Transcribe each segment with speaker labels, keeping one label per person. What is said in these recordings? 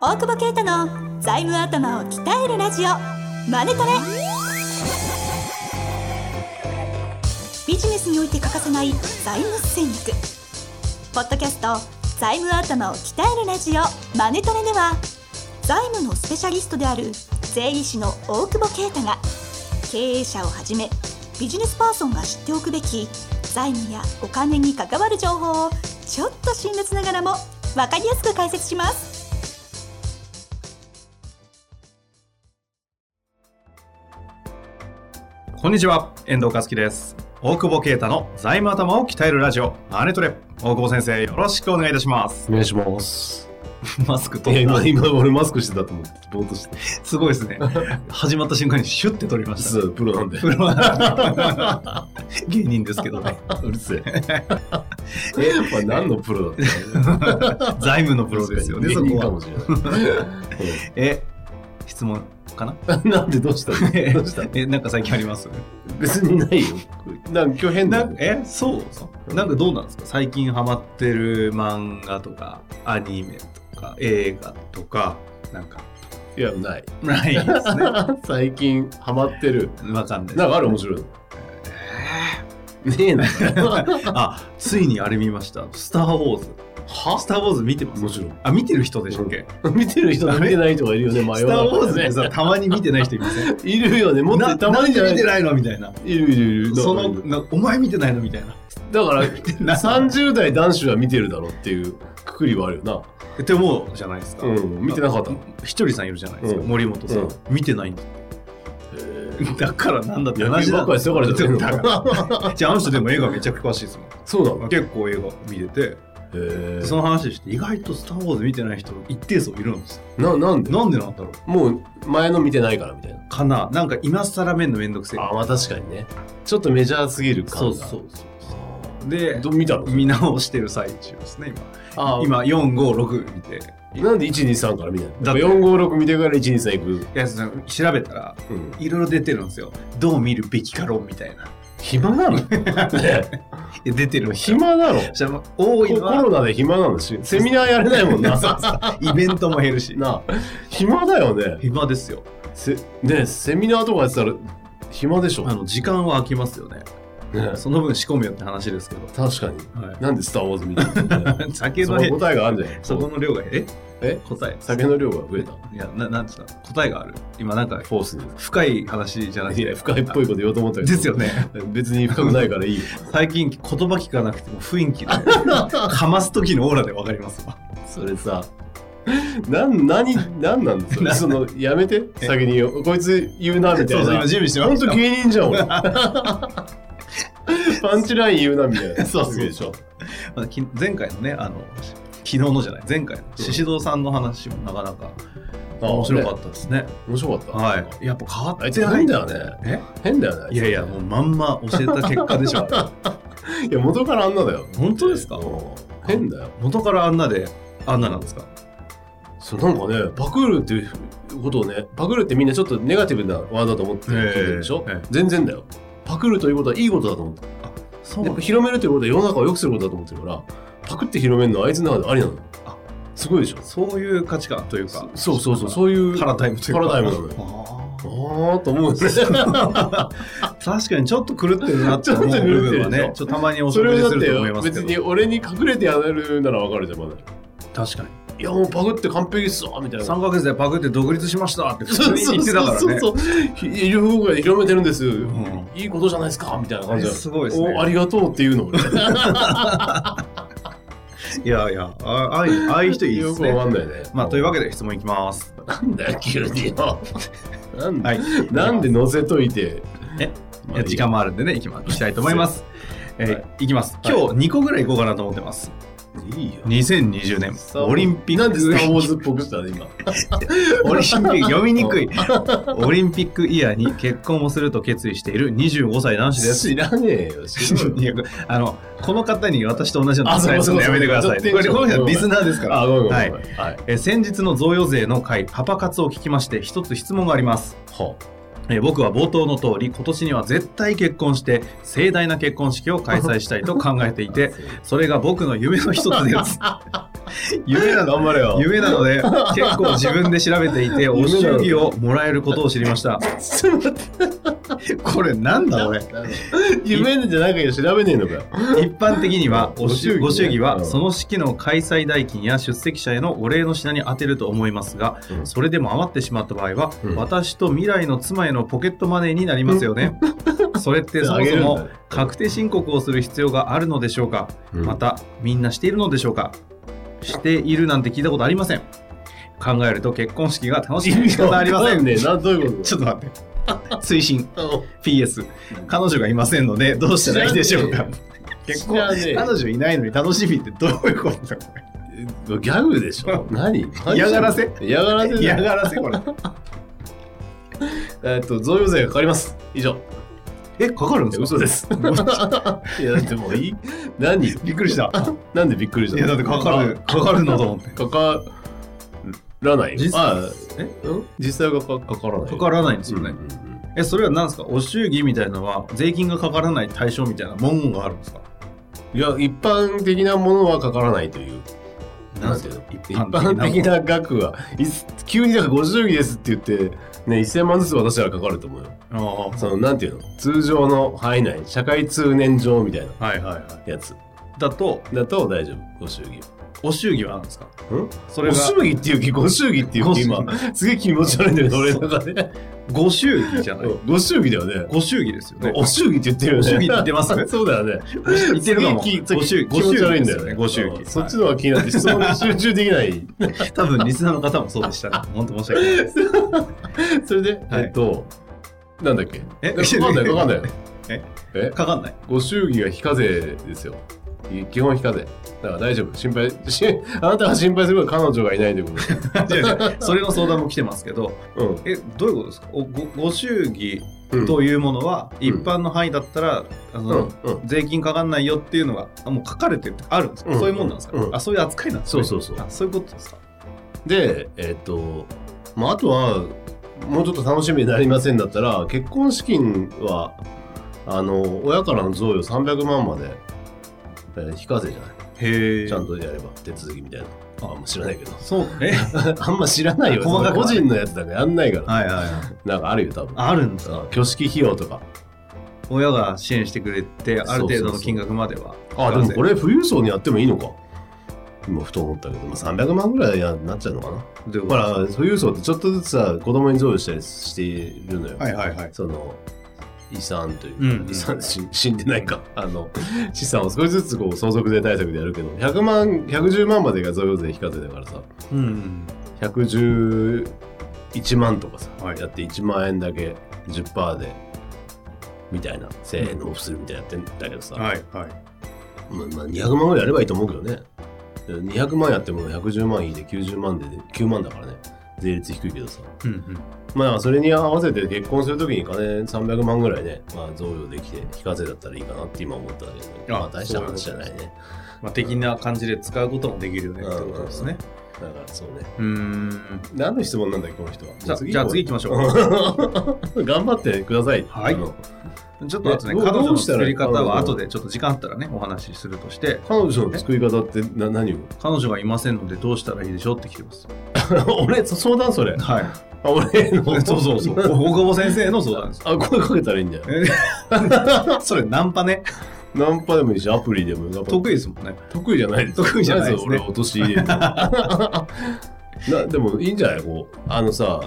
Speaker 1: 大久保啓太の財務頭を鍛えるラジオマネトレビジネスにおいて欠かせない財務戦略ポッドキャスト財務頭を鍛えるラジオマネトレでは財務のスペシャリストである税理士の大久保啓太が経営者をはじめビジネスパーソンが知っておくべき財務やお金に関わる情報をちょっと辛辣ながらも分かりやすく解説します
Speaker 2: こんにちは、遠藤和樹です。大久保啓太の財務頭を鍛えるラジオ、マネトレ。大久保先生、よろしくお願いいたします。
Speaker 3: お願いします。
Speaker 2: マスク
Speaker 3: い
Speaker 2: 取っ
Speaker 3: や
Speaker 2: た
Speaker 3: 今、。今俺マスクしてたと思って、ぼーっとして。
Speaker 2: すごいですね。始まった瞬間にシュッて取りま した
Speaker 3: 実
Speaker 2: ね。
Speaker 3: はプロなんで。
Speaker 2: プロ芸人ですけどね。
Speaker 3: うるせ え。え、やっぱ何のプロだったの
Speaker 2: 財務のプロですよね、そ
Speaker 3: 確かに芸
Speaker 2: こ
Speaker 3: 人かも
Speaker 2: は。
Speaker 3: しれ
Speaker 2: え、質問かな
Speaker 3: ない。うんなんでどうしたの どうしたの
Speaker 2: え、なんか最近あります
Speaker 3: 別にないよ。なんか今日変
Speaker 2: な
Speaker 3: だ
Speaker 2: ん
Speaker 3: ね。
Speaker 2: え、そうなんかどうなんですか最近ハマってる漫画とか、アニメとか、映画とか、なんか、
Speaker 3: いや、ない。
Speaker 2: ないですね。
Speaker 3: 最近ハマってる。
Speaker 2: わかんない。
Speaker 3: なんかある面白いの。ねえな。
Speaker 2: あ、ついにあれ見ました。スター・ウォーズ。スター・ウォーズ見てます
Speaker 3: もちろん。
Speaker 2: あ、見てる人でしたっけ
Speaker 3: 見てる人と見てない人がいるよね、迷
Speaker 2: スター・ウォーズっ
Speaker 3: ね
Speaker 2: て。さ、たまに見てない人いません
Speaker 3: いるよね、 もっと
Speaker 2: な
Speaker 3: たまにじゃ
Speaker 2: な
Speaker 3: なんい
Speaker 2: で見てないのみたいな。
Speaker 3: いるいるいる。
Speaker 2: そのなお前見てないのみたいな。
Speaker 3: だから
Speaker 2: な
Speaker 3: 30代男子は見てるだろうっていうくくりはあるよ
Speaker 2: って思うじゃないですか。
Speaker 3: な。うん、見てなかったの。
Speaker 2: ひとりさんいるじゃないですか、
Speaker 3: うん
Speaker 2: 森本さん、
Speaker 3: うん
Speaker 2: 見てないんだだからなんだって
Speaker 3: 野
Speaker 2: 同
Speaker 3: 球
Speaker 2: じ
Speaker 3: ば
Speaker 2: だ
Speaker 3: っかりしてるからじゃない
Speaker 2: だから じゃああの人でも映画めちゃくちゃ詳しいですもん
Speaker 3: そうなの。
Speaker 2: 結構映画見てて、
Speaker 3: へー
Speaker 2: その話して意外と「スター・ウォーズ」見てない人一定数いるんですよ
Speaker 3: ななんで
Speaker 2: なんでなんだろう
Speaker 3: もう前の見てないからみたいな。
Speaker 2: かななんか今更めんのめんどくせえ
Speaker 3: あまあ確かにね。ちょっとメジャーすぎる感が。
Speaker 2: うそうで
Speaker 3: ど見たの
Speaker 2: 見直してる最中ですね
Speaker 3: あ
Speaker 2: 今今456見て
Speaker 3: なんで123から見たの
Speaker 2: だ
Speaker 3: だ
Speaker 2: っ
Speaker 3: ってて456見てから123行く。
Speaker 2: いやその調べたら
Speaker 3: うん、
Speaker 2: いろいろ出てるんですよどう見るべきか論みたいな
Speaker 3: 暇 なのね
Speaker 2: いや出てるんですよ
Speaker 3: 暇なの
Speaker 2: じゃあもう多い
Speaker 3: コ
Speaker 2: の
Speaker 3: コ
Speaker 2: は
Speaker 3: ロナで暇なのし、セミナーやれないも んな。な
Speaker 2: イベントも減るし
Speaker 3: あ暇だよね。
Speaker 2: 暇ですよ
Speaker 3: せねセミナーとかやってたら暇でしょ、
Speaker 2: あの時間は空きますよね
Speaker 3: ね、
Speaker 2: その分仕込むよって話ですけど、
Speaker 3: 確かに
Speaker 2: は
Speaker 3: なんで「スター・ウォーズ」見てるんだよ
Speaker 2: い、 酒
Speaker 3: そ
Speaker 2: の
Speaker 3: の
Speaker 2: へ
Speaker 3: 答えがあるんじゃない
Speaker 2: そこの量がえ
Speaker 3: え
Speaker 2: 答え
Speaker 3: 酒の量が増えた
Speaker 2: いやななんですか答えがある今なんか
Speaker 3: フォースに
Speaker 2: 深い話じゃない
Speaker 3: いや深いっぽいこと言おうと思ったけど
Speaker 2: ですよね
Speaker 3: 別に深くないからい いよ
Speaker 2: 最近言葉聞かなくても雰囲気で かます時のオーラでわかりますわ
Speaker 3: それさなん何何なんだそれそのやめて
Speaker 2: え
Speaker 3: 先に言おうこいつ言うなみた
Speaker 2: そ
Speaker 3: いう
Speaker 2: そう今
Speaker 3: な
Speaker 2: 準備してま
Speaker 3: 本
Speaker 2: した
Speaker 3: 当芸人じゃん 俺パンチライン言うなみたいな
Speaker 2: そうそうそう
Speaker 3: でしょ
Speaker 2: まあき前回のねあの昨日のじゃない前回の宍戸さんの話もなかなか面白か
Speaker 3: っ
Speaker 2: ったですね
Speaker 3: た面白かった
Speaker 2: はいやっぱ変わ
Speaker 3: あ
Speaker 2: って
Speaker 3: いつ
Speaker 2: な
Speaker 3: 変
Speaker 2: い
Speaker 3: だよね
Speaker 2: え
Speaker 3: 変だよねあつ
Speaker 2: いやいやもうまんま教えた結果でしょ
Speaker 3: いや元からあんなだよ
Speaker 2: 本当ですか
Speaker 3: うん変だよ
Speaker 2: 元からあんなであんななんですか
Speaker 3: そうなんかねパクるっていうことをねパクるってみんなちょっとネガティブなワードだと思ってる人いるでしょ、
Speaker 2: ええええ
Speaker 3: 全然だよパクるということはいいことだと思ってる
Speaker 2: そ
Speaker 3: やっぱ広めるということは世の中を良くすることだと思ってるからパクって広めるのはあいつの中でありなのよ
Speaker 2: あ
Speaker 3: すごいでしょ
Speaker 2: そういう価値観というか
Speaker 3: そうそうそうそういう
Speaker 2: パラダイムという
Speaker 3: パ
Speaker 2: か
Speaker 3: ラダイムなのよ
Speaker 2: あー
Speaker 3: ああと思うん ですよ
Speaker 2: 確かにちょっと狂ってるなって思う
Speaker 3: ちょっと狂って
Speaker 2: 部
Speaker 3: るでしょ
Speaker 2: 分はねちょっとたまにお
Speaker 3: そ
Speaker 2: 食
Speaker 3: れ
Speaker 2: 事す
Speaker 3: をだっ
Speaker 2: ると思い
Speaker 3: て
Speaker 2: ますけ
Speaker 3: 別
Speaker 2: ど
Speaker 3: に俺に隠れてやるならわかるじゃんまだ
Speaker 2: 確かに
Speaker 3: いやもうパクって完璧っすわみたいな
Speaker 2: 3ヶ月でパクって独立しましたって普通
Speaker 3: そう
Speaker 2: に
Speaker 3: そ
Speaker 2: 言
Speaker 3: う
Speaker 2: ってたから
Speaker 3: そ
Speaker 2: ね
Speaker 3: う。そう医療崩壊で広めてるんです、
Speaker 2: ん
Speaker 3: いいことじゃないですかみたいな
Speaker 2: あ
Speaker 3: 感
Speaker 2: れ
Speaker 3: じだ
Speaker 2: すごいですね
Speaker 3: おありがとうっていうの俺
Speaker 2: いやいや、あああいうああいう人いいで
Speaker 3: よ
Speaker 2: す
Speaker 3: くわ
Speaker 2: ね。
Speaker 3: かんないね
Speaker 2: まあ、というわけ
Speaker 3: で
Speaker 2: で質問いきます。
Speaker 3: なんだよ急によなんだ、
Speaker 2: はい。
Speaker 3: なんで
Speaker 2: い
Speaker 3: 乗せといて
Speaker 2: え
Speaker 3: ま
Speaker 2: や
Speaker 3: あいいや
Speaker 2: 時間もあるんでね、いきまいきたいと思います。えー、
Speaker 3: はい
Speaker 2: きます。今日2個ぐらいいこうかなと思ってます。
Speaker 3: いいよ
Speaker 2: 2020年、オリンピック。
Speaker 3: なんでスター・ウォーズっぽくしたの今
Speaker 2: オリンピック読みにくい。オリンピックイヤーに結婚をすると決意している25歳男子です。
Speaker 3: 知らねえよ知らね
Speaker 2: いやあの、この方に私と同じような
Speaker 3: あそう
Speaker 2: 伝え
Speaker 3: か
Speaker 2: す
Speaker 3: そ
Speaker 2: るの
Speaker 3: うか
Speaker 2: やめてください。
Speaker 3: そう
Speaker 2: これ、
Speaker 3: かそうか
Speaker 2: この人はリスナーですか
Speaker 3: え
Speaker 2: ら。
Speaker 3: あごめんご
Speaker 2: は
Speaker 3: めん
Speaker 2: い
Speaker 3: ごめんはい
Speaker 2: えー先日の贈与税の会パパ活を聞きまして一つ質問があります、
Speaker 3: は
Speaker 2: えー僕は冒頭の通り今年には絶対結婚して盛 大な結婚式を開催したいと考えていてそれが僕の夢の一つです夢なの
Speaker 3: 頑張 れよ。
Speaker 2: 夢なので結構自分で調べていてお祝儀をもらえることを知りました
Speaker 3: ちょっと待って
Speaker 2: これなんだ俺
Speaker 3: 夢じゃないけど調べねえのかよ。
Speaker 2: 一般的にはおしゅ
Speaker 3: ご
Speaker 2: ご祝
Speaker 3: 祝儀ね
Speaker 2: 儀
Speaker 3: う
Speaker 2: は
Speaker 3: ん
Speaker 2: その式の開催代金や出席者へのお礼の品に充てると思いますが
Speaker 3: うん
Speaker 2: それでも余ってしまった場合は、
Speaker 3: うん
Speaker 2: 私と未来の妻へのポケットマネーになりますよね、 それってそもそ
Speaker 3: あげるん
Speaker 2: も
Speaker 3: だね
Speaker 2: 確定申告をする必要があるのでしょうか、またみんなしているのでしょうかしているなんて聞いたことありません考えると結婚式が楽しみで仕方ありません
Speaker 3: ね。なんどう いうこ
Speaker 2: ちょっと待って 推進
Speaker 3: と
Speaker 2: PS 彼女がいませんのでどうしたらいいでしょうか結
Speaker 3: 知
Speaker 2: 婚
Speaker 3: らねえ
Speaker 2: 彼女いないのに楽しみってどういうことだこ
Speaker 3: ギャグでしょ何
Speaker 2: 嫌がらせ
Speaker 3: 嫌がらせ
Speaker 2: れ
Speaker 3: だ
Speaker 2: 嫌がらせこれ
Speaker 3: えっと、贈与税がかかります。以上。
Speaker 2: えかかるん
Speaker 3: い
Speaker 2: で
Speaker 3: や
Speaker 2: すか
Speaker 3: 嘘です。いや、でもいい。何
Speaker 2: びっくりした
Speaker 3: なんでびっくりし
Speaker 2: い
Speaker 3: た
Speaker 2: やだってかかる。かかるのと思って
Speaker 3: あかからないよ。
Speaker 2: 実
Speaker 3: あ
Speaker 2: え
Speaker 3: うん実際がかかからない。
Speaker 2: かからないんで
Speaker 3: です
Speaker 2: よね、えそれは何ですかお祝儀みたいのは税金がかからない対象みたいな文言があるんですか
Speaker 3: いや、一般的なものはかからないという。
Speaker 2: なんていうの
Speaker 3: 一般的な額は、いつ急にだから50ですって言って、ね、1000万ずつ私はかかると思うよ。
Speaker 2: ああ
Speaker 3: その、なんていうの通常の範囲内、社会通念上みたいな
Speaker 2: はいはいは
Speaker 3: やつ
Speaker 2: いだと
Speaker 3: だと大丈夫、ご祝儀。
Speaker 2: お祝儀はあるんですか
Speaker 3: うん
Speaker 2: それ
Speaker 3: ご
Speaker 2: が
Speaker 3: 祝儀っていう気、ご祝儀っていう気、今、すげえ気持ち悪いんだけど、俺の中で。
Speaker 2: ご祝儀じゃない
Speaker 3: ご祝儀だよね。
Speaker 2: ご祝儀ですよね
Speaker 3: お祝儀って言ってるよね。
Speaker 2: お祝儀って言ってます
Speaker 3: そうだよね。
Speaker 2: 言ってるかも
Speaker 3: すげえ気
Speaker 2: ご祝儀
Speaker 3: 気持ち悪いんだよね。
Speaker 2: ご祝儀
Speaker 3: そっちの方が気になって、質問に集中できない。
Speaker 2: 多分リスナーの方もそうでしたね。本当申し訳ないです。
Speaker 3: それで、
Speaker 2: はい
Speaker 3: えっと、なんだっけ
Speaker 2: え
Speaker 3: わかんない、わかんない。
Speaker 2: え
Speaker 3: え
Speaker 2: かかんない。
Speaker 3: ご祝儀が非課税ですよ。い基本非課税。だから大丈夫。心配、しあなたが心配するのは彼女がいないということだ
Speaker 2: 違う違うそれの相談も来てますけど、
Speaker 3: うん
Speaker 2: え、どういうことですかおごご祝儀
Speaker 3: うん。
Speaker 2: というものは、
Speaker 3: ん
Speaker 2: 一般の範囲だったら、あ
Speaker 3: うん、う
Speaker 2: の、
Speaker 3: ん。
Speaker 2: 税金かかんないよっていうのがあもう書かれてるってあるんですか、
Speaker 3: うん
Speaker 2: そういうもんなんですか、
Speaker 3: うん
Speaker 2: あそういう扱いなんですか、
Speaker 3: そうそうそう
Speaker 2: あそういうことですか
Speaker 3: で、えっと、まあ、あとは、もうちょっと楽しみになりませんだったら、結婚資金は、あの、親からの贈与300万まで、えー非課税じゃない。
Speaker 2: へえ
Speaker 3: ちゃんとやれば、手続きみたいな。あ、もう知らないけど。
Speaker 2: そうえ
Speaker 3: あんま知らないよ。
Speaker 2: 細かく
Speaker 3: 個
Speaker 2: は
Speaker 3: 人のやつだからやんないか ら。
Speaker 2: はいはいはい
Speaker 3: なんかあるよ、多分。
Speaker 2: あるんですか
Speaker 3: あ挙式費用とか。
Speaker 2: 親が支援してくれてある程度の金額までは
Speaker 3: あ、でもこれ富裕層にやってもいいのか。今ふと思ったけど、まあ、300万ぐらいになっちゃうのかな。
Speaker 2: どういうこ
Speaker 3: ほ
Speaker 2: と
Speaker 3: ら、富裕層ってちょっとずつさ、子供に贈与したりしているのよ。
Speaker 2: はいはいはい
Speaker 3: その遺産という
Speaker 2: うんうん
Speaker 3: 遺産し死んでないかあの 資産を少しずつこう相続税対策でやるけど100万110万までが贈与税非課税だからさ
Speaker 2: うん
Speaker 3: 111万とかさ、
Speaker 2: はい
Speaker 3: やって1万円だけ10%でみたいな1000円納付するみたいなやってんだけどさ、
Speaker 2: はいはい
Speaker 3: まあまあ、200万ぐらいやればいいと思うけどね200万やっても110万引いて90万で9万だからね税率低いけどさ
Speaker 2: うんうん
Speaker 3: まあそれに合わせて結婚するときに金300万ぐらいね、まあ、贈与できて非課税だったらいいかなって今思っただけど、ね、
Speaker 2: あ
Speaker 3: まあ大した話じゃないね
Speaker 2: まあ、的な感じで使うこともできるよねってことですね。
Speaker 3: だからそうね
Speaker 2: うーん。
Speaker 3: 何の質問なんだっけこの人は
Speaker 2: じゃあじゃあ次行きましょ
Speaker 3: う 頑張ってください
Speaker 2: はい
Speaker 3: あの
Speaker 2: ちょっとあとね、
Speaker 3: えどう
Speaker 2: 彼女
Speaker 3: どう
Speaker 2: の
Speaker 3: したら
Speaker 2: 作り方は
Speaker 3: 彼女
Speaker 2: 後でちょっと時間あったらね、お話しするとして、
Speaker 3: 彼女の作り方ってな何を
Speaker 2: 彼女がいませんのでどうしたらいいでしょうって来てます。
Speaker 3: 俺そ相談 それ
Speaker 2: はい。
Speaker 3: あ俺の
Speaker 2: そうそうそう。大久保先生の相 談です。
Speaker 3: あ声かけたらいいんじゃない
Speaker 2: えそれナンパね。
Speaker 3: ナンパでもいいしアプリでも
Speaker 2: 得意ですもんね。
Speaker 3: 得意じゃないです
Speaker 2: 得意じゃないですね
Speaker 3: 俺を陥れる なでもいいんじゃないこうあのさ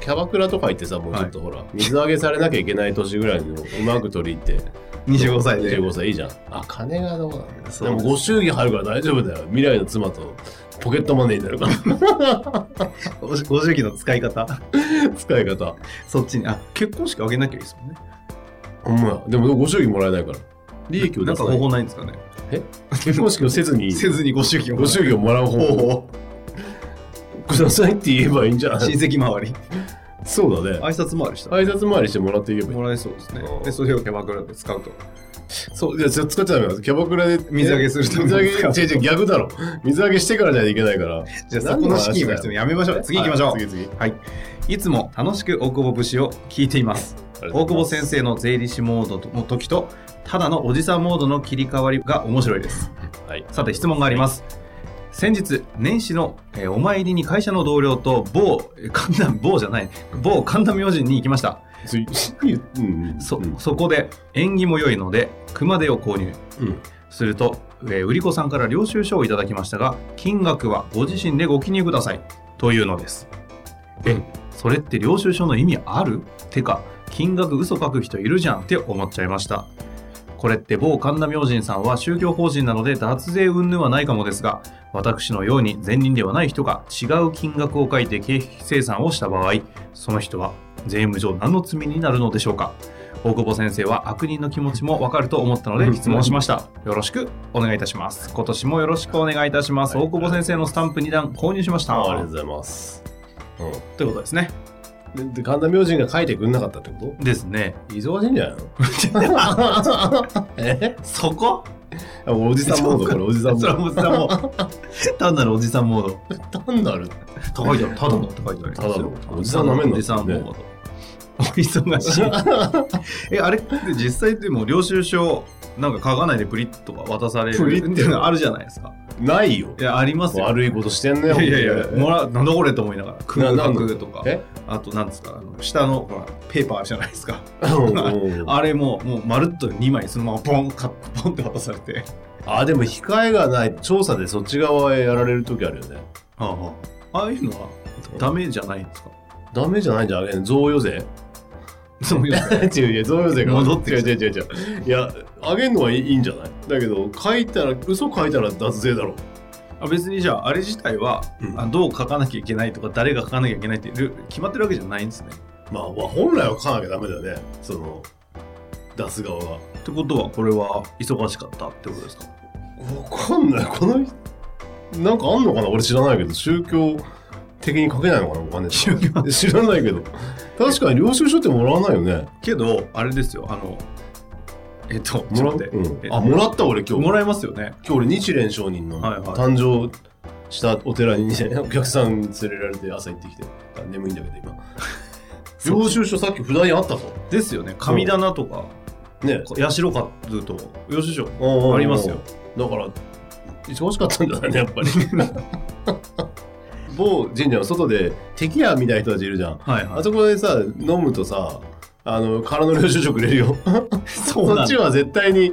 Speaker 3: キャバクラとか行ってさもうちょっとほら、水揚げされなきゃいけない年ぐらいのうまく取り入って
Speaker 2: 25歳で。
Speaker 3: 25歳いいじゃんあ金がどうなんだ
Speaker 2: そう
Speaker 3: でもご祝儀入るから大丈夫だよ未来の妻とポケットマネーになるから
Speaker 2: 50期の使い方。
Speaker 3: 使い方
Speaker 2: そっちに。あ、結婚式あげなきゃいいですもんね。
Speaker 3: ほんまやでもご祝儀もらえないから利益を
Speaker 2: なん
Speaker 3: 出さ
Speaker 2: か
Speaker 3: な
Speaker 2: 方
Speaker 3: い
Speaker 2: 法ないんですかね。
Speaker 3: 結婚式をせずに
Speaker 2: せずにご祝儀を。
Speaker 3: ご祝儀をもら う方法くださいって言えばいいんじゃな
Speaker 2: 親
Speaker 3: い
Speaker 2: 戚回り。
Speaker 3: そうだね
Speaker 2: 挨拶回りした。
Speaker 3: 挨拶回りしてもらっていけばいい
Speaker 2: もらえそうですね
Speaker 3: う。ん
Speaker 2: で、それをキャバクラで使うと。
Speaker 3: そう、じゃ使っちゃダメなんです。キャバクラで
Speaker 2: 水揚げするために
Speaker 3: 水揚げ、違う違う、逆だろ。水揚げしてからじゃないといけないから。
Speaker 2: じゃあそこの資金は必要やめましょう。次行きましょう。
Speaker 3: はいい、次次。
Speaker 2: つも楽しく大久保節を聞いています。大久保先
Speaker 3: 生。
Speaker 2: 生の税理士モードの時と、ただのおじさんモードの切り替わりが面白いです。
Speaker 3: はい。
Speaker 2: さて質問があります。先日年始の、えーお参りに会社の同僚と某えー神田某じゃない某神田明神に行きました
Speaker 3: ついうん
Speaker 2: そ
Speaker 3: うん
Speaker 2: そこで縁起も良いので熊手を購入
Speaker 3: うん
Speaker 2: すると、えー売り子さんから領収書をいただきましたが金額はご自身でご記入くださいというのですえそれって領収書の意味あるてか金額嘘書く人いるじゃんって思っちゃいましたこれって某神田明神さんは宗教法人なので脱税云々はないかもですが私のように前任ではない人が違う金額を書いて経費精算をした場合その人は税務上何の罪になるのでしょうか大久保先生は悪人の気持ちもわかると思ったので質問しましたよろしくお願いいたします今年もよろしくお願いいたします大久保先生のスタンプ2段購入しました
Speaker 3: あありがとうございます、う
Speaker 2: ということですね
Speaker 3: ん、でで神田明神が書いてくんなかったってこ
Speaker 2: ですね
Speaker 3: と忙しいんじゃない のえ
Speaker 2: そこ
Speaker 3: おじさんモードこれおじさんモ
Speaker 2: それは
Speaker 3: ー
Speaker 2: おじさんモ ード単なるおじさんモード
Speaker 3: ド単
Speaker 2: 高
Speaker 3: なる
Speaker 2: いだろただの高いだろ
Speaker 3: ただのおじさん舐めんな
Speaker 2: おじさんモードお忙しいえあれって実際でも領収書なんか書かないでプリッとか渡される
Speaker 3: プリッて
Speaker 2: っていうのあるじゃないですか
Speaker 3: ないよ
Speaker 2: いやありますよ
Speaker 3: 悪いことしてんね
Speaker 2: いやいやいや、
Speaker 3: 本
Speaker 2: もらなんだこれと思いながら、空
Speaker 3: ななんだ
Speaker 2: 白とか
Speaker 3: え、
Speaker 2: あとなんですか、あの下のほらペーパーあるじゃないですか。
Speaker 3: 当にうん
Speaker 2: あれも、もうまるっと2枚そのままポン、カッポンって渡されて。
Speaker 3: あでも控えがない調査でそっち側へやられる時あるよね
Speaker 2: ああああいうのはダメじゃないんですか。
Speaker 3: ダメじゃないんじゃん贈与税
Speaker 2: そういう
Speaker 3: 違う違う贈与税が
Speaker 2: 戻ってきた
Speaker 3: 違う違う違う違ういやあげるのはいいいいんじゃないだけど書いたら嘘書いたら脱税だろ
Speaker 2: あ別にじゃあ、あれ自体は、
Speaker 3: うん
Speaker 2: あどう書かなきゃいけないとか、誰が書かなきゃいけないってルール決まってるわけじゃないんですね。
Speaker 3: まあ、まあ、本来は書かなきゃダメだよねその出す側が
Speaker 2: ってことは、これは忙しかったってことですか。
Speaker 3: わかんないこのなんかあんのかな俺知らないけど宗教的に書けないのかなお金
Speaker 2: 宗教
Speaker 3: 知らないけど確かに領収書ってもらわないよね
Speaker 2: けど、あれですよ、あの、えっと、ち
Speaker 3: も
Speaker 2: ょ
Speaker 3: ら
Speaker 2: っと待って
Speaker 3: うんあもらった俺今日
Speaker 2: もらえますよね。
Speaker 3: 今日俺日蓮上人の
Speaker 2: はいはい
Speaker 3: 誕生したお寺に、ね お客さん連れられて朝行ってきてあ眠いんだけど 今領収書さっき札にあったぞ
Speaker 2: ですよね、神棚とか。
Speaker 3: ね
Speaker 2: 八代かずっと吉師匠
Speaker 3: あ
Speaker 2: ありますよ
Speaker 3: だから忙しかったんじゃないねやっぱり 某神社の外で敵屋みたいな人たちいるじゃん
Speaker 2: はい
Speaker 3: あそこでさ飲むとさあの空の領収書くれるよ
Speaker 2: そ
Speaker 3: そっち
Speaker 2: は
Speaker 3: は絶対に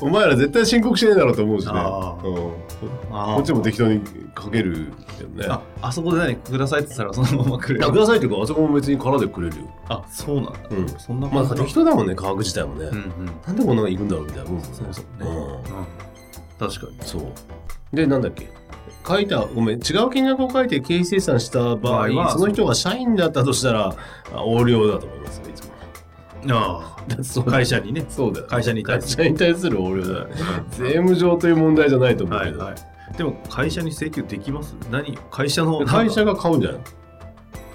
Speaker 3: お前ら絶対申告しねえだろうと思うしね、
Speaker 2: あー
Speaker 3: うん
Speaker 2: あ
Speaker 3: こっちも適当に書けるけどね
Speaker 2: ああそこで何くださいって言ったらそのままくれ
Speaker 3: あ
Speaker 2: る
Speaker 3: くださいっていうかあそこも別に空でくれるよ
Speaker 2: あそうなんだ
Speaker 3: うん
Speaker 2: そんな
Speaker 3: まあ
Speaker 2: 感じ
Speaker 3: 適当だもんね科学自体もね、
Speaker 2: うんうん
Speaker 3: なんでこんなの行くんだろうみたいなもんね
Speaker 2: そうそうね
Speaker 3: うん
Speaker 2: うん確かに
Speaker 3: そうでなんだっけ書いたごめん違う金額を書いて経費精算した場合
Speaker 2: 場合は
Speaker 3: その人が社員だったとしたらあ横領だと思いますよいつも
Speaker 2: あ
Speaker 3: だって そう
Speaker 2: 会社にね
Speaker 3: そうだよ
Speaker 2: 会社に対する
Speaker 3: 会社に対する横領だよ税務上という問題じゃないと思う
Speaker 2: は
Speaker 3: け
Speaker 2: い
Speaker 3: ど、
Speaker 2: はいでも会社に請求できます何会社の
Speaker 3: 会社が買うんじゃない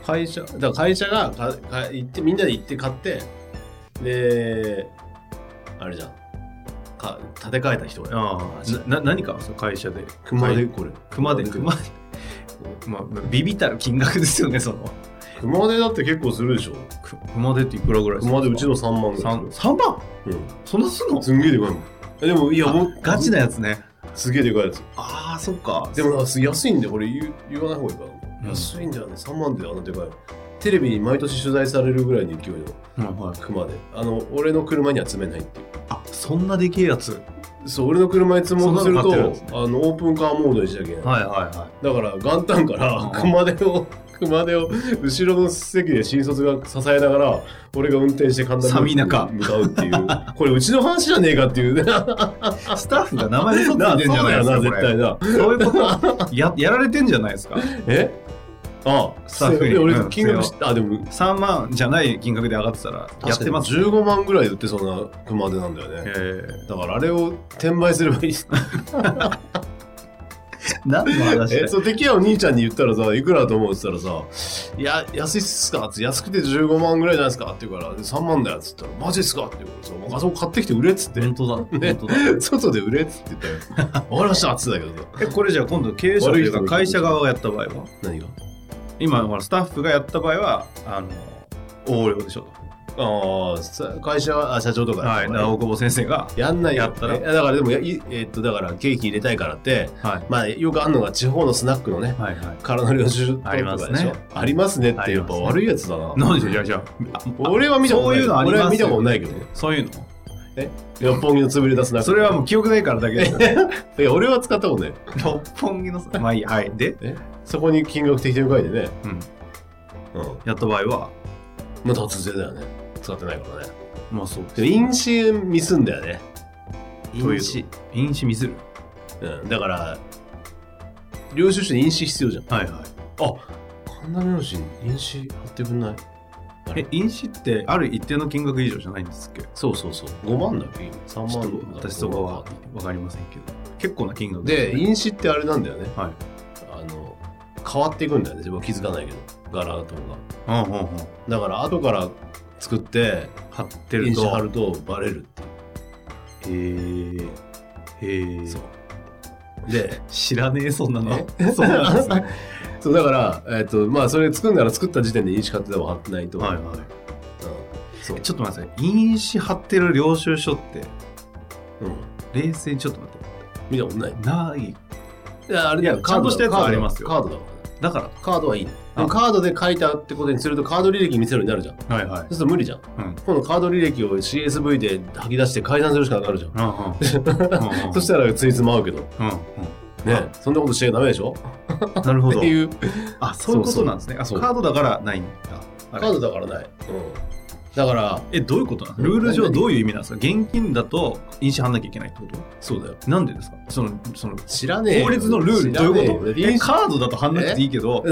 Speaker 3: 会社だから会社がかか行ってみんなで行って買ってであれじゃんか建て替えた人が
Speaker 2: ああなな何かその会社で
Speaker 3: 熊
Speaker 2: は
Speaker 3: 手
Speaker 2: い
Speaker 3: これ
Speaker 2: 熊で熊でまあビビったる金額ですよねその
Speaker 3: 熊手だって結構するでしょ
Speaker 2: く熊でっていくらぐらいする
Speaker 3: 熊手
Speaker 2: ん
Speaker 3: う
Speaker 2: で
Speaker 3: ち
Speaker 2: すか
Speaker 3: の3万ぐらい
Speaker 2: 三三万
Speaker 3: するうん
Speaker 2: そんなすんの
Speaker 3: すんげえでかいもんえでもいやもう
Speaker 2: あガチなやつね
Speaker 3: すげえでかいやつ
Speaker 2: ああそっか
Speaker 3: でもなんかす安いんでこれ言う言わない方がいいかな、
Speaker 2: うん
Speaker 3: 安いんだよね3万であのでかいテレビに毎年取材されるぐらいの勢いの
Speaker 2: はいはい
Speaker 3: 熊であの俺の車には積めないっていう
Speaker 2: あそんなでけえやつはい
Speaker 3: そう俺の車に積もうとする
Speaker 2: そ
Speaker 3: と
Speaker 2: んなの買ってるんです
Speaker 3: あのオープンカーモードにしなきゃいけない
Speaker 2: はいは
Speaker 3: だから元旦から熊手を熊手を後ろの席で新卒が支えながら俺が運転して簡単
Speaker 2: 寒い
Speaker 3: に向
Speaker 2: 中
Speaker 3: かうっていう これうちの話じゃねえかっていう ね
Speaker 2: いスタッフが名前嘘つ
Speaker 3: ないあ
Speaker 2: てんじゃないです
Speaker 3: そ
Speaker 2: か
Speaker 3: うだよな絶対な
Speaker 2: これそういうことややられてんじゃないですか
Speaker 3: えあ
Speaker 2: スタッフに
Speaker 3: で俺
Speaker 2: うん
Speaker 3: 金額知ったあでも
Speaker 2: 3万じゃない金額で上がってたらやってます
Speaker 3: 15万ぐらい売ってそうな熊手なんだよ
Speaker 2: え
Speaker 3: ねだからあれを転売すればいい
Speaker 2: ー、何の話だ
Speaker 3: え
Speaker 2: よ
Speaker 3: そう敵やお兄ちゃんに言ったらさいくらだと思うって言ったらさ「いや安いっすか?」って安くて15万ぐらいじゃないですかって言うから3万だよっつったら「マジっすか?」って言うからさ「あそこ買ってきて売れ」っつって
Speaker 2: 本当だ本当だ
Speaker 3: 「外で売れ」っつって言ったら「わかりました」っつってたけどさ
Speaker 2: えこれじゃあ今度経営者というか会社側がやった場合は
Speaker 3: 何が
Speaker 2: 今ほらスタッフがやった場合はあの横領でしょと
Speaker 3: ああさ会社はあ社長とか
Speaker 2: はい、だから大久保先生が、
Speaker 3: やんないよ
Speaker 2: やったら
Speaker 3: えだからでもやいえっとだからケーキ入れたいからって
Speaker 2: はい、
Speaker 3: まあよくあるのが地方のスナックのね
Speaker 2: はいはい。
Speaker 3: からの領収書とか
Speaker 2: ありますね
Speaker 3: でしょありますねってやっぱ
Speaker 2: ありますね
Speaker 3: 悪いやつだな
Speaker 2: なんでしょう、じゃあじゃああ
Speaker 3: 俺は見たことな
Speaker 2: そ
Speaker 3: い
Speaker 2: ういうのあります
Speaker 3: 俺は見たことないけどね
Speaker 2: そういうの
Speaker 3: 六本木の潰れたスナック
Speaker 2: それはもう記憶ないからだけです。
Speaker 3: いや俺は使ったことない
Speaker 2: 六本木のさ、まあいいや、はい。で、
Speaker 3: そこに金額適当に書いてね
Speaker 2: うん、
Speaker 3: うん
Speaker 2: やった場合は、
Speaker 3: まあ突然だよね使ってないからね
Speaker 2: まあそうです
Speaker 3: でも飲酒ミスんだよね
Speaker 2: という飲酒ミスる。
Speaker 3: うん、だから領収書に飲酒必要じゃん
Speaker 2: はいはい。
Speaker 3: 神田明神飲酒貼ってくんない
Speaker 2: え、飲酒ってある一定の金額以上じゃないんですっけ
Speaker 3: そうそうそう5万だっけ今3
Speaker 2: ちょっ
Speaker 3: 万
Speaker 2: と私とかは分かりませんけど、結構な金額
Speaker 3: で
Speaker 2: ね
Speaker 3: 飲酒ってあれなんだよね
Speaker 2: はい。
Speaker 3: あの変わっていくんだよね自分は気づかないけど柄とか
Speaker 2: うんうんうん。
Speaker 3: だから後から作って
Speaker 2: 貼ってる
Speaker 3: 飲
Speaker 2: と。
Speaker 3: 酒貼るとバレるっていう
Speaker 2: へえ。へえ。
Speaker 3: そうで
Speaker 2: 知らねえ、そんなの。
Speaker 3: え
Speaker 2: そうなんです ね。
Speaker 3: そうだから、えっとまあ、それ作るなら作った時点で飲酒買ってでも貼ってないと、
Speaker 2: はい
Speaker 3: うん
Speaker 2: はい。
Speaker 3: そう
Speaker 2: ちょっと待ってください。飲酒貼ってる領収書って、
Speaker 3: うん、
Speaker 2: 冷静にちょっと待って。
Speaker 3: 見たことない
Speaker 2: ない。
Speaker 3: いやあれだよ
Speaker 2: いやちゃんとしたやつは
Speaker 3: カ
Speaker 2: あ
Speaker 3: ードだ
Speaker 2: りますよ
Speaker 3: カードだから
Speaker 2: だか
Speaker 3: カードはいいね
Speaker 2: あ
Speaker 3: でもカードで書いたってことにするとカード履歴見せるようになるじゃん
Speaker 2: ら。はいはい。
Speaker 3: そうすると無理じゃん、
Speaker 2: うん
Speaker 3: 今度カード履歴を CSV で吐き出して改ざんするしかなくなるじゃん、
Speaker 2: うん うんうんうん
Speaker 3: そしたらついつま合うけどね、
Speaker 2: うん
Speaker 3: そんなことしちゃダメでしょ
Speaker 2: うんなるほ
Speaker 3: っ
Speaker 2: ど
Speaker 3: て。いう
Speaker 2: あ、そういうことなんですね。あ、
Speaker 3: そうそう
Speaker 2: カードだからないんだ。あ
Speaker 3: カ
Speaker 2: れ
Speaker 3: ードだからない、うん、だから
Speaker 2: え、どういうことなんルール上どういう意味なんですか現金だと飲酒貼んなきゃいけないってこと
Speaker 3: そうだよ
Speaker 2: なんでですかその、その、
Speaker 3: 知らねえよ
Speaker 2: 法律のルールどういうこと
Speaker 3: 知らねえ
Speaker 2: え
Speaker 3: よ
Speaker 2: カードだと貼んなくていいけ ど、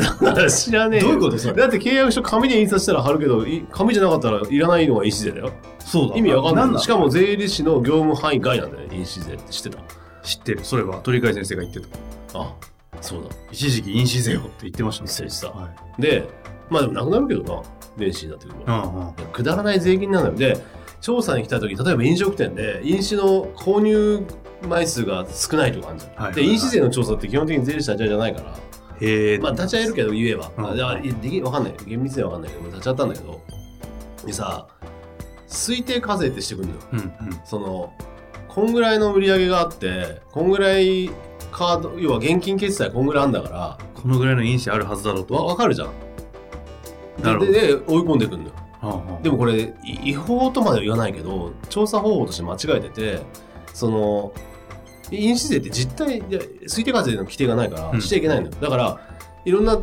Speaker 3: 知らねえよ
Speaker 2: どういうことそれ
Speaker 3: だって契約書紙で印刷したら貼るけどい紙じゃなかったらいらないのが印税だよ
Speaker 2: そうだ。
Speaker 3: 意味わかんない
Speaker 2: だ
Speaker 3: しかも税理士の業務範囲外なんだよね印紙税って知ってた
Speaker 2: 知ってる。それは鳥飼先生が言ってた。
Speaker 3: あそうだ
Speaker 2: 一時期飲酒税をって言ってましたね。
Speaker 3: 失礼した
Speaker 2: はい。
Speaker 3: でまあでもなくなるけどな電子になってくるか
Speaker 2: う
Speaker 3: ら、
Speaker 2: んうん。
Speaker 3: くだらない税金なので調査に来た時例えば飲食店で飲酒の購入枚数が少ないとかあるじゃん、
Speaker 2: はい
Speaker 3: で飲酒税の調査って基本的に税理士立ち会いじゃないから
Speaker 2: へえ。
Speaker 3: まあ立ち会えるけど言えば、
Speaker 2: うん
Speaker 3: あいやでき分かんない厳密には分かんないけど立ち会ったんだけどでさ推定課税ってしてくるのよ
Speaker 2: うんうん。
Speaker 3: そのこんぐらいの売り上げがあってこんぐらいカード要は現金決済こんぐらいあんだから
Speaker 2: このぐらいの飲酒あるはずだろうと。
Speaker 3: わ分かるじゃん
Speaker 2: なるほど
Speaker 3: でで追い込んでくるのよ
Speaker 2: うんうん
Speaker 3: でもこれい違法とまでは言わないけど調査方法として間違えててその飲酒税って実態で推定課税の規定がないか
Speaker 2: うん
Speaker 3: らしちゃいけないのよ、だからいろんな、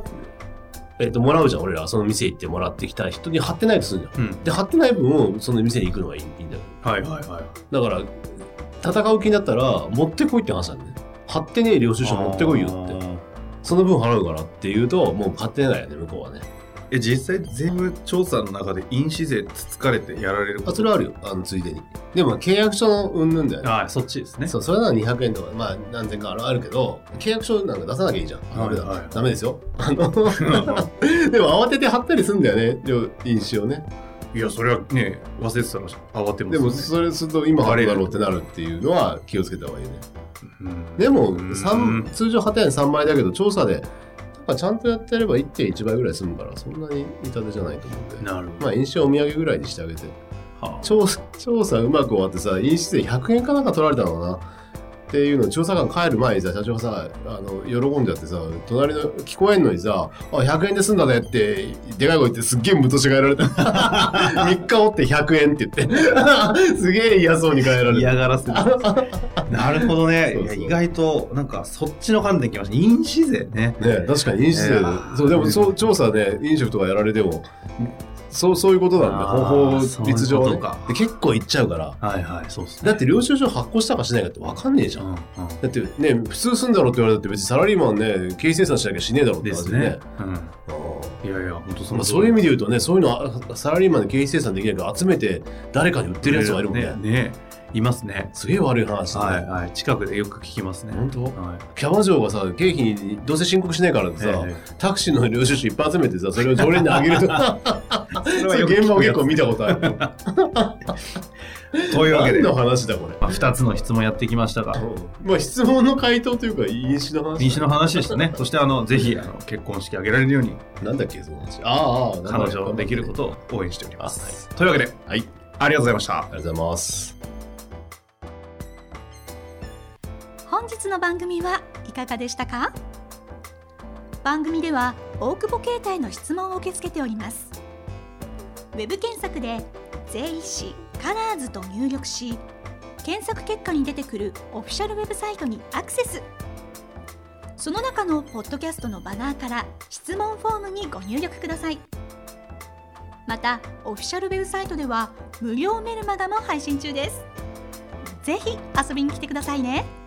Speaker 3: えっともらうじゃん俺らその店行ってもらってきた人に貼ってないとするじゃん
Speaker 2: うん。
Speaker 3: で貼ってない分をその店に行くのがいいいいんだよ
Speaker 2: はいはいはい。
Speaker 3: だから戦う気になったら持ってこいって話なんだね貼ってねえ領収書持ってこいよって
Speaker 2: て。
Speaker 3: その分払うからって言うともう貼ってないよね向こうはね
Speaker 2: え実際税務調査の中で飲酒税つつかれてやられるこ
Speaker 3: あ
Speaker 2: と
Speaker 3: それはあるよあのついでにでも契約書の云々だよね
Speaker 2: あそっちですね
Speaker 3: そう、それなら200円とか、まあ、何千かあるあるけど、契約書なんか出さなきゃいいじゃん。ダメだ。
Speaker 2: はいはい
Speaker 3: ダメですよ。あの、 でも慌てて貼ったりすんだよね、両飲酒をね。
Speaker 2: いやそれはね忘れてたら慌てます
Speaker 3: でも、それすると今貼るだろうっ
Speaker 2: バ
Speaker 3: てなるっていうのは気をつけた方がいいよね。
Speaker 2: うん
Speaker 3: でも、
Speaker 2: うん
Speaker 3: 三通常貼ったやつ3倍だけど、調査で、なんかちゃんとやってやれば1.1倍ぐらい済むから、そんなに痛手じゃないと思うんで。
Speaker 2: なる
Speaker 3: まあ、飲酒はお土産ぐらいにしてあげて。
Speaker 2: ほどはあ
Speaker 3: 調査調査うまく終わってさ飲酒税100円かなんか取られたのかなっていうのを調査官帰る前にさ社長がさあの喜んじゃってさ隣の聞こえんのにさ「あ100円で済んだね」ってでかい声言ってすっげえむとしがえられた 3日おって100円って 言ってすげえ嫌そうに帰られた
Speaker 2: 嫌がらせです なるほどね
Speaker 3: そうそう
Speaker 2: いや意外となんかそっちの観点きました飲酒税ね
Speaker 3: ね確かに飲酒税、
Speaker 2: えー
Speaker 3: そうでもそう調査で、飲食とかやられてもそうそういうことなんだ
Speaker 2: あー
Speaker 3: 方法律上
Speaker 2: そういう
Speaker 3: ね
Speaker 2: ことか
Speaker 3: で結構いっちゃうから
Speaker 2: はいはいそうですね
Speaker 3: だって領収書発行したかしないかって分かんねえじゃん
Speaker 2: うん
Speaker 3: だってね、普通すんだろうって言われたって別にサラリーマンね、経費精算しなきゃしねえだろ
Speaker 2: う
Speaker 3: うんって
Speaker 2: で
Speaker 3: 話
Speaker 2: す
Speaker 3: でね。
Speaker 2: ね、うん、いやいや本当
Speaker 3: う
Speaker 2: そ
Speaker 3: ん
Speaker 2: の
Speaker 3: まあ、
Speaker 2: 通
Speaker 3: そう
Speaker 2: り
Speaker 3: いう意味で言うとね、そういうのあサラリーマンで経費精算できないから集めて誰かに売ってるやつがいるもんね。
Speaker 2: ねねいますね
Speaker 3: すげえ悪い話だね、
Speaker 2: はいはい近くでよく聞きますね
Speaker 3: 本当
Speaker 2: はい
Speaker 3: キャバ嬢がさ、経費にどうせ申告しないからってさ、
Speaker 2: ええ
Speaker 3: タクシーの領収書いっぱい集めてさ、それを常連にあげるとか、
Speaker 2: それは
Speaker 3: それ
Speaker 2: よく聞くやつ
Speaker 3: 現場を結構見たことある。
Speaker 2: というわけで
Speaker 3: 何、の話だこれ。
Speaker 2: まあ、2つの質問やってきましたが
Speaker 3: まあ質問の回答というか飲酒の話。
Speaker 2: 飲酒の話でしたねそしてあのぜひあの結婚式挙げられるように
Speaker 3: なんだっけその話。ああああ。。
Speaker 2: 彼女できることとを応援しております、というわけで、
Speaker 3: はい
Speaker 2: ありがとうございました
Speaker 3: ありがとうございます。
Speaker 1: 本日の番組はいかがでしたか番組では大久保携帯の質問を受け付けておりますウェブ検索で「税理士カラーズと入力し検索結果に出てくるオフィシャルウェブサイトにアクセスその中のポッドキャストのバナーから質問フォームにご入力くださいまたオフィシャルウェブサイトでは無料メルマガも配信中ですぜひ遊びに来てくださいね